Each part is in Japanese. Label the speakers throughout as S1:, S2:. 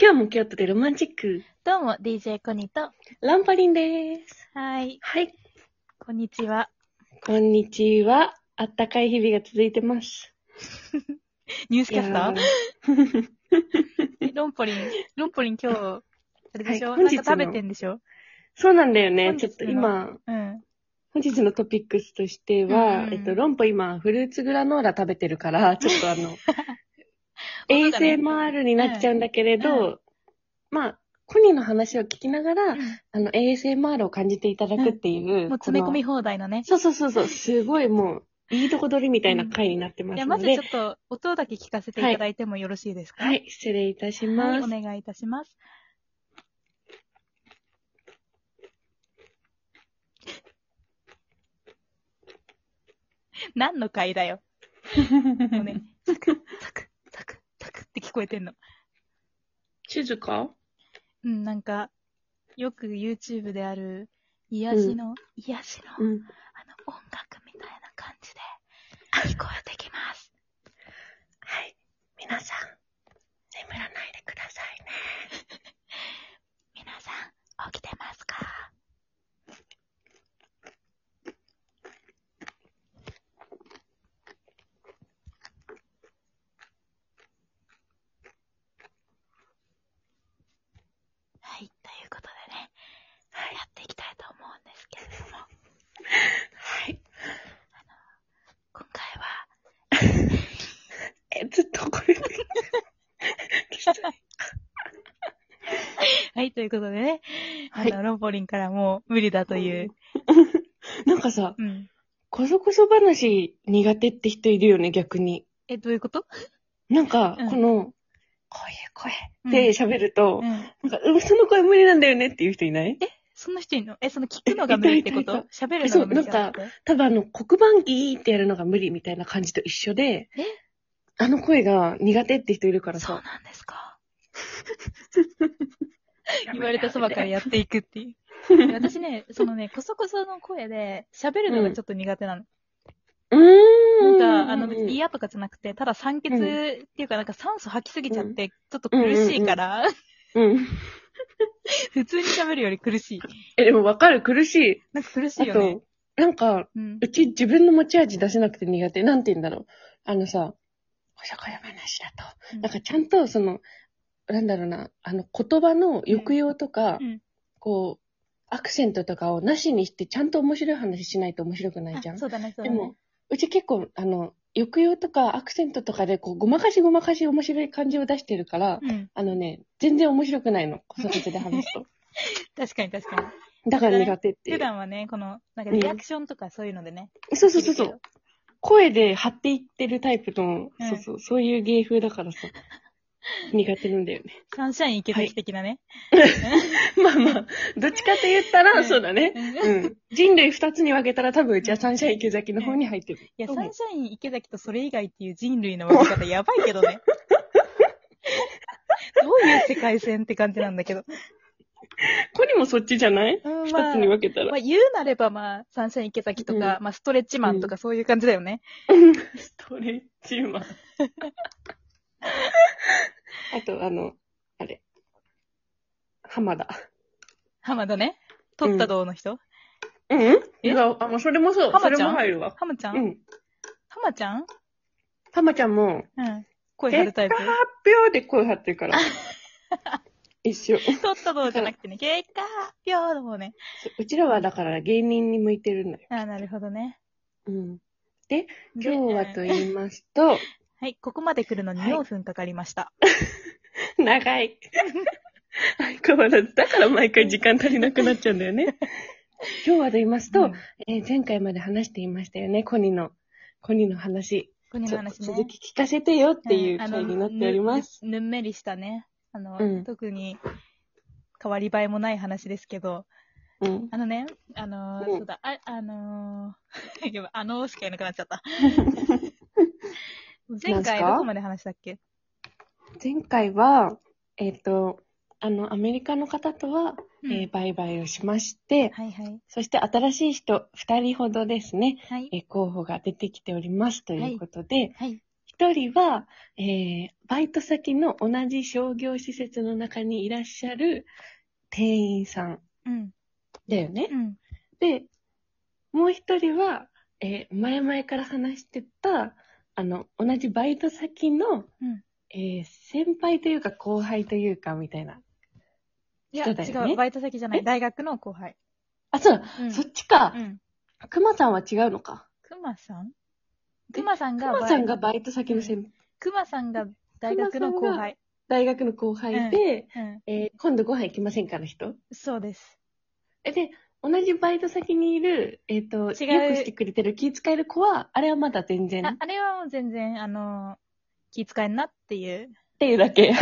S1: 今日も京都でロマンチック、
S2: どうも、DJ コニーと。
S1: ランパリンです。
S2: はい。
S1: はい、
S2: こんにちは。
S1: こんにちは。あったかい日々が続いてます。
S2: ニュースキャスタ
S1: い
S2: ー
S1: や
S2: えロンポリン、ロンポリン今日、あれでしょ、
S1: はい本日
S2: な
S1: の
S2: んか食べてんでしょ
S1: そうなんだよね。
S2: 本
S1: ちょ
S2: 日の
S1: っと今、
S2: うん。
S1: 本日のトピックスとしては、
S2: うん
S1: えっと、ロンポ今、フルーツグラノーラ食べてるから、 ちょっとあの、衛生 ASMR になっちゃうんだけれど、
S2: うん
S1: まあ、コニーの話を聞きながら、
S2: うん
S1: あの、ASMR を感じていただくっていう。
S2: もう詰め込み
S1: こ
S2: 放題のね
S1: の。そうそうそうそう、すごいもう、いいとこ取りみたいな回になってま
S2: じ
S1: す
S2: ゃあ、
S1: の
S2: まず
S1: で、
S2: ちょっと、音だけ聞かせていただいてもよろしいですか
S1: はい、失礼いたし
S2: はい、
S1: ま
S2: お
S1: す。
S2: 願いいたします。何の回だよ。も う ね、ザク、ザク、ザク、ザクって聞こえてんの。
S1: 地図か
S2: うん、なんか、よく YouTube である、癒しの、癒しの、
S1: うん。
S2: あの、音楽みたいな感じで、聞こえてきます。
S1: はい、皆さん、眠らないでくださいね。
S2: 皆さん、起きてますかはい、ということでね、
S1: はい
S2: やっていきたいと思うんですけれども、
S1: はい。
S2: 今回は、
S1: え、ずっとこれで。
S2: はい、ということでね、
S1: はい
S2: あの、ロンポリンからもう無理だという。
S1: なんかさ、
S2: うん。
S1: こそこそ話苦手って人いるよね、逆に。
S2: え、どういうこと
S1: なんか
S2: うん、
S1: この、こういう声で喋ると
S2: う、ん。
S1: なんか、うん、その声無理なんだよねっていう人いない
S2: その人いるのえ、その聞くのが無理ってこ
S1: いたい
S2: と喋るのが無理じゃなくて。
S1: ただあの、黒板キーってやるのが無理みたいな感じと一緒で
S2: え、
S1: あの声が苦手って人いるから
S2: そう
S1: さ。
S2: なんですか。言われたそばからやっていくっていう。で私ね、そのね、こそこその声で喋るのがちょっと苦手なの。
S1: うーん。
S2: なんか、あの、別に
S1: い
S2: 嫌とかじゃなくて、ただ酸欠
S1: う
S2: っ
S1: ん
S2: ていうか、なんか酸素吐きすぎちゃって、ちょっと苦
S1: うんうんうん
S2: しいから、
S1: うん。
S2: 普通に喋るより苦しい。
S1: え、でもわかる、苦しい。
S2: なんか苦し
S1: あ
S2: いよね。
S1: と、なんか、
S2: うん。
S1: うち自分の持ち味出せなくて苦手。なんて言うんだろう。あのさ、おしゃこや話だと。なんかちゃんとその、なんだろうな、あの言葉の抑揚とか、
S2: うんうん
S1: こう、アクセントとかをなしにしてちゃんと面白い話しないと面白くないじゃん。
S2: あそうだね、そう
S1: で
S2: だね
S1: も。、うち結構、あの、抑揚とかアクセントとかで、こう、ごまかしごまかし面白い感じを出してるから、
S2: うん。
S1: あのね、全然面白くないの。子育てで話すと。
S2: 確かに確かに。
S1: だから苦手ってい
S2: 普
S1: う。
S2: 段はね、この、なんかリアクションとかそういうのでね。
S1: そうそうそうそう。。声で張っていってるタイプの、
S2: うん
S1: そうそう、そういう芸風だから さ、苦手なんだよね。
S2: サンシャイン池崎的なね。
S1: まあまあ、どっちかと言った
S2: う
S1: ら、
S2: ん
S1: そうだね。
S2: うん
S1: う
S2: い
S1: ん。人類二つに分けたら多分うちはサンシャイン池崎の方に入ってる。
S2: や、
S1: どう
S2: サ
S1: も
S2: ンシャイン池崎とそれ以外っていう人類の分け方やばいけ どね。どういう世界線って感じなんだけど。
S1: コニもそっちじゃない
S2: うん、
S1: 二
S2: まあ
S1: つに、分けたら
S2: ま。あ、言うなればまあ、サンシャイン池崎とか、まあ、ストレッチマンとかそういう感じだよね。
S1: ストレッチマン。あと、 あの、あれ。浜田。
S2: 浜田ね。取った道の人、
S1: うん
S2: え
S1: 違う。あ、もうそれもそう。そ
S2: 浜
S1: れ
S2: ちゃん
S1: も入るわ。
S2: 浜ちゃん、
S1: うん。
S2: 浜ちゃん
S1: 浜ちゃんも、
S2: うん。声張るタイプ。
S1: 結果発表で声張ってる から。一緒。
S2: 取った道じゃなくてね、結果発表の方ね。
S1: うちらはだから芸人に向いてるのよ。
S2: ああ、なるほどね。
S1: うん。で、
S2: で
S1: 今日はと言いますと、
S2: はい、ここまで来るのに
S1: はい
S2: 4分かかりました。
S1: 長い。相変わらず、だから毎回時間足りなくなっちゃうんだよね。 今日はと言いますと、
S2: うん
S1: えー前回まで話していましたよね、コニの、コニの話。
S2: この
S1: ちょ
S2: 話ね。
S1: 続き聞かせてよっていう
S2: あ
S1: 回
S2: の
S1: になっております。
S2: ぬ。ぬんめりしたね。あの、
S1: うん
S2: 特に変わり映えもない話ですけど、
S1: うん。
S2: あのね、あのー
S1: うん
S2: そうだ、あ、あの ーやばいあのーしかいなくなっちゃ った。前回どこまで話したっけ
S1: 前回は、えっ、と、あの、アメリカの方とは、
S2: うん
S1: えーバイバイをしまして、
S2: はいはい。
S1: そして新しい人2人ほどですね、
S2: はい。
S1: えー候補が出てきておりますということで、
S2: はい。
S1: 一人は、えー、バイト先の同じ商業施設の中にいらっしゃる店員さん
S2: うん。
S1: だよね
S2: う。ん。
S1: で、もう一人は、えー前々から話してた、あの、同じバイト先の、
S2: うん
S1: えー先輩というか後輩というか、みたいな。
S2: いや、
S1: 人だよね
S2: 違う。バイト先じゃな
S1: え
S2: い。大学の後輩。
S1: あ、そうだ、
S2: うん
S1: そっちか
S2: う。ん。
S1: くまさんは違うのか。
S2: くまさんくまさん
S1: く
S2: が、
S1: まさんがバイト先の先、
S2: くまさんが大学の後輩。
S1: 大学の後輩で、
S2: うん。
S1: えー今度ご飯行きませんかの人
S2: そうです。
S1: え、で、同じバイト先にいる、えっ、と、
S2: 違
S1: よ
S2: う
S1: くしてくれてる気遣える子は、あれはまだ全然
S2: あ
S1: っ
S2: あれはもう全然、あの、気遣えんなっていう。
S1: ていうだけ。
S2: は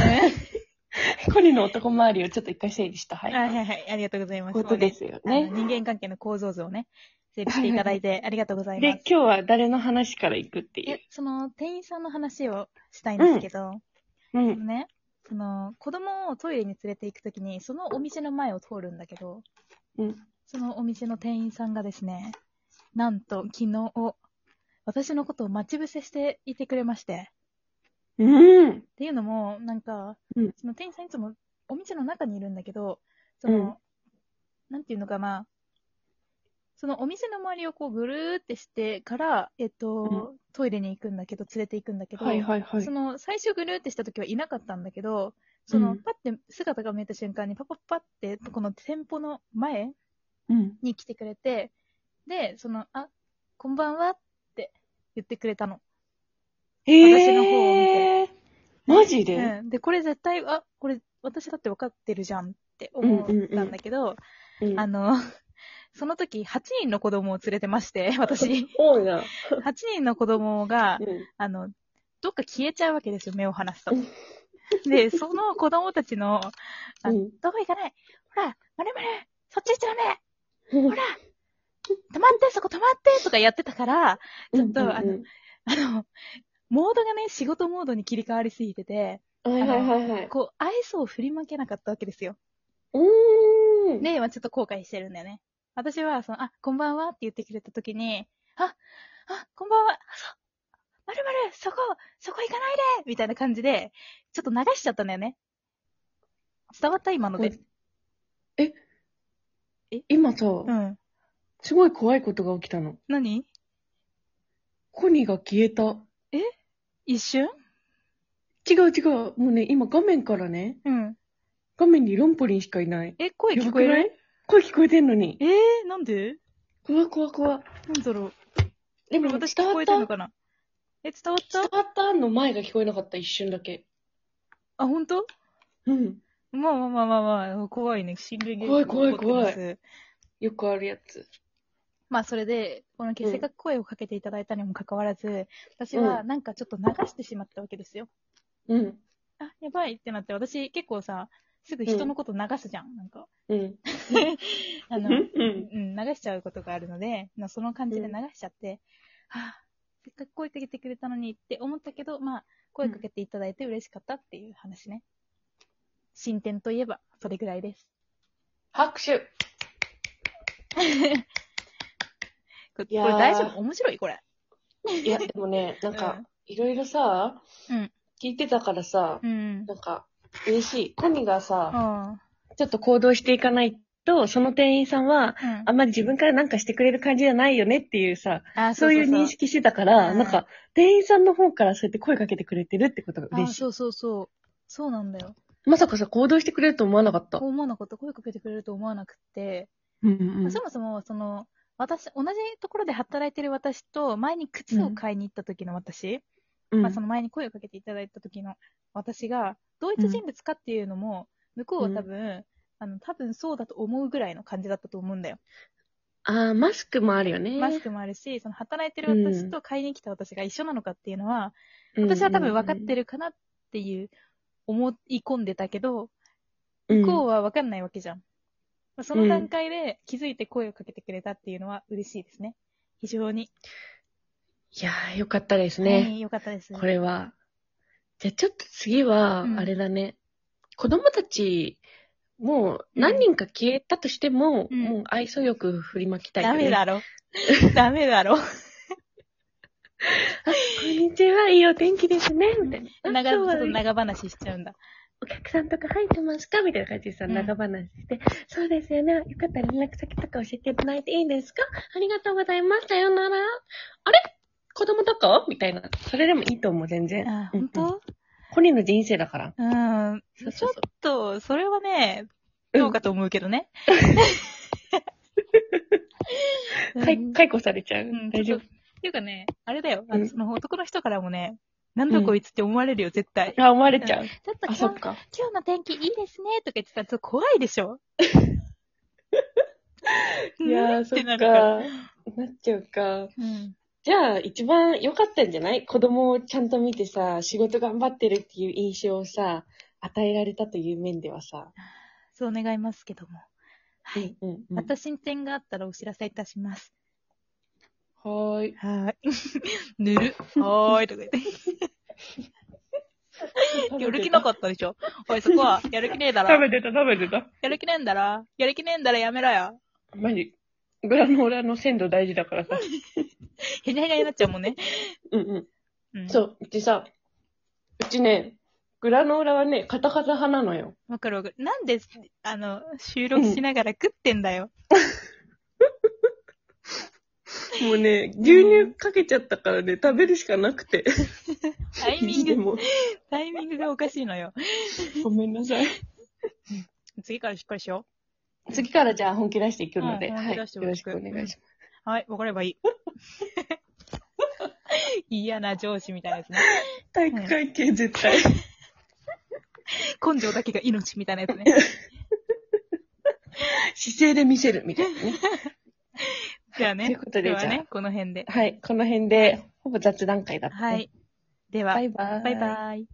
S1: これの男周りをちょっと一回整理した。はい
S2: はいはい。ありがとうございます。
S1: ことですよ
S2: もうね。
S1: ね
S2: あ。の人間関係の構造図をね、整理していただいてありがとうござい
S1: で、
S2: ま
S1: 今
S2: す。
S1: 日は誰の話から行くっていう
S2: え。、その、店員さんの話をしたいんですけど、
S1: うん。
S2: ね、その、子供をトイレに連れて行くときに、そのお店の前を通るんだけど、
S1: うん。
S2: そのお店の店員さんがですね、なんと昨日、私のことを待ち伏せしていてくれまして、
S1: うん。
S2: っていうのも、なんか、
S1: うん
S2: その店員さんいつもお店の中にいるんだけど、その、
S1: うん
S2: なんていうのかな、そのお店の周りをこうぐるーってしてから、えっと、
S1: う
S2: トイレに行くんだけど、連れて行くんだけど、
S1: はいはいはい
S2: そ。の最初ぐるーってした時はいなかったんだけど、その、
S1: うん
S2: パッて姿が見えた瞬間にパパパって、この店舗の前
S1: うん。
S2: に来てくれて、で、その、あ、こんばんはって言ってくれたの。私の方を見て
S1: へーマジで、
S2: うん、で、これ絶対、あ、これ私だって分かってるじゃんって思ったんだけど、
S1: うん
S2: あの、 その時8人の子供を連れてま して、私。
S1: 多いな。
S2: 8人の子供が
S1: う、ん
S2: あの、どっか消えちゃうわけですよ、目を離すと。で、その子供たちの、あ
S1: うん
S2: どこ行かないほら、まるまるそっち行っちゃダメ止まって、そこ止まってとかやってたから、ちょっと、
S1: うんうん
S2: あの、あの、モードがね、仕事モードに切り替わりすぎてて、
S1: うんはいはいはいはい。
S2: こう、愛想を振りまけなかったわけですよ。
S1: うーん。
S2: で、まあ、ちょっと後悔してるんだよね。私は、その、あ、こんばんはって言ってくれたときに、あ、あ、こんばんは、あそ、まるまる、そこ、そこ行かないでみたいな感じで、ちょっと流しちゃったんだよね。伝わった今ので。
S1: 今さ、
S2: うん。
S1: すごい怖いことが起きたの。
S2: 何
S1: コニーが消えた。
S2: 一瞬
S1: 違う違う。もうね、今画面からね、
S2: うん。
S1: 画面にロンポリンしかいない。
S2: え、声聞
S1: やば
S2: こえ
S1: くな
S2: る
S1: い声聞こえてんのに。
S2: えー、なんで
S1: 怖怖怖。
S2: なんだろう。
S1: でも
S2: 私
S1: 伝
S2: 聞
S1: わ
S2: こ
S1: っ
S2: えて
S1: た
S2: んのかなえ、伝わっ
S1: 伝
S2: た
S1: わったの前が聞こえなかった、一瞬だけ。
S2: あ、本当？
S1: うん。
S2: まあまあまあまあまあ、怖いね。心霊現象
S1: 怖い怖い
S2: 起こってます
S1: よくあるやつ。
S2: まあそれで、このせっかく声をかけていただいたにもかかわらず、私はなんかちょっと流してしまったわけですよ。
S1: うん。
S2: あ、やばいってなって、私結構さ、すぐ人のこと流すじゃん。なんか、
S1: うん。
S2: あ
S1: う
S2: の、
S1: ん。
S2: うん、流しちゃうことがあるので、まあその感じで流しちゃって、はあ、せっかく声かけてくれたのにって思ったけど、まあ、声かけていただいて嬉しかったっていう話ね。進展といえば、それぐらいです。
S1: 拍手。
S2: ここ
S1: い
S2: れ
S1: やー
S2: 大丈夫面白いこれ。
S1: いや、でもね、なん
S2: う
S1: か
S2: ん、
S1: いろいろさ、
S2: うん
S1: 聞いてたからさ、
S2: うん。
S1: なんか、嬉しい。コニーがさ、
S2: あ
S1: ちょっと行動していかないと、その店員さんは、
S2: あ、うん
S1: あんまり自分からなんかしてくれる感じじゃないよねっていうさ、
S2: あ
S1: そういう認識してたから、
S2: うん
S1: なんか、店員さんの方からそうやって声かけてくれてるってことが嬉
S2: あ
S1: し
S2: そうそうそう。そうなんだよ。
S1: い。まさかさ、行動してくれると思わなかった。
S2: 思わなかった。声かけてくれると思わなくって。
S1: うんうん
S2: まあそもそも、その、私、同じところで働いてる私と、前に靴を買いに行った時の私、
S1: うん。
S2: まあその前に声をかけていただいた時の私が、同一人物かっていうのも、向こうは多分、あの、多分そうだと思うぐらいの感じだったと思うんだよ。
S1: あーマスクもあるよね。
S2: マスクもあるし、その働いてる私と買いに来た私が一緒なのかっていうのは、私は多分分かって
S1: る。
S2: るかなっていう思い込んでたけど、
S1: うん
S2: 向こうは分かんないわけじゃん。まあその段階で気づいて声をかけてくれたっていうのは嬉しいですね。非常に。
S1: いやー、よかったです
S2: は
S1: ね。
S2: い、よかったです。
S1: これは。じゃあちょっと次は
S2: う、ん
S1: あれだね。子供たち、もう何人か消えたとしても、
S2: うん
S1: もう愛想よく振りまきたいよ
S2: ダ
S1: ね。
S2: メだろ。ダメだろ。
S1: こんにちは、いいお天気ですね、みたいな。あ
S2: 長、ちょっと
S1: 今日は
S2: 長話しちゃうんだ。
S1: お客さんとか入ってますかみたいな感じでさ、
S2: うん
S1: 長話して、そうですよね。よかったら連絡先とか教えていただいていいですかありがとうございます。さようなら。あれ子供どこみたいな。それでもいいと思う、全然。
S2: あ、本
S1: うんうん
S2: 当
S1: コリの人生だから。
S2: うん。
S1: そう
S2: ち
S1: そ
S2: ょ
S1: う
S2: っ
S1: そう
S2: と、それはね、どうかと思うけ どね。
S1: 解
S2: うん
S1: 解雇されちゃう。
S2: うん、
S1: 大
S2: ち
S1: 丈
S2: ょっ
S1: 夫
S2: と。っていうかね、あれだよ。あの
S1: うん
S2: その男の人からもね、なんだこいつって思われるよ、絶対。
S1: あ、思われちゃう。
S2: ちょっと
S1: あ、
S2: 今日
S1: そっか。
S2: 今日の天気いいですね、とか言ってたら、ちょっと怖いでしょ
S1: いやー、そっ
S2: な
S1: か。
S2: るから
S1: なっちゃうか。
S2: うん。
S1: じゃあ、一番良かったんじゃない子供をちゃんと見てさ、仕事頑張ってるっていう印象をさ、与えられたという面ではさ。
S2: そう願いますけども。はい。
S1: うんうんうん
S2: また進展があったらお知らせいたします。
S1: はーい。
S2: はーい。 ぬる。はーい。とか言って。 やる気なかったでしょ。おい、そこは、やる気ねえだろ。
S1: べてた、食べてた。
S2: やる気ねえんだろ。やる気ねえんだろ、やめろよ。
S1: マジ。グラノーラの鮮度大事だからさ。
S2: へにゃへにゃになっちゃうもんね。
S1: うんうん。
S2: うん。。
S1: そうう、うちさ、うちね、グラノーラはね、カタカタ派なのよ。
S2: わかるわかる。なんで、あの、収録しながら食ってんだよ。
S1: もうね、
S2: 牛乳
S1: かけちゃったからね、食べるしかなくて。
S2: タイミング、タイミングがおかしいのよ。
S1: ごめんなさい。
S2: 次からしっかりしよ
S1: 次からじゃあ本気出していくので、
S2: うん
S1: は
S2: 本
S1: い。
S2: 気
S1: よ
S2: 出してほ
S1: ろ
S2: し
S1: し
S2: く
S1: くお願いします。
S2: う。はい、わかればい い。嫌な上司みたいなやつね。
S1: 体
S2: 育
S1: 会系絶対。
S2: 根性だけが命みたいなやつね。
S1: 姿勢で見せるみたいなね。
S2: じゃあ ね。
S1: ということで
S2: 今日は
S1: じゃ
S2: ね、この辺で。
S1: はい、この辺で、ほぼ雑談会だったね。
S2: はい。では、
S1: バイバイ。
S2: バイバイ。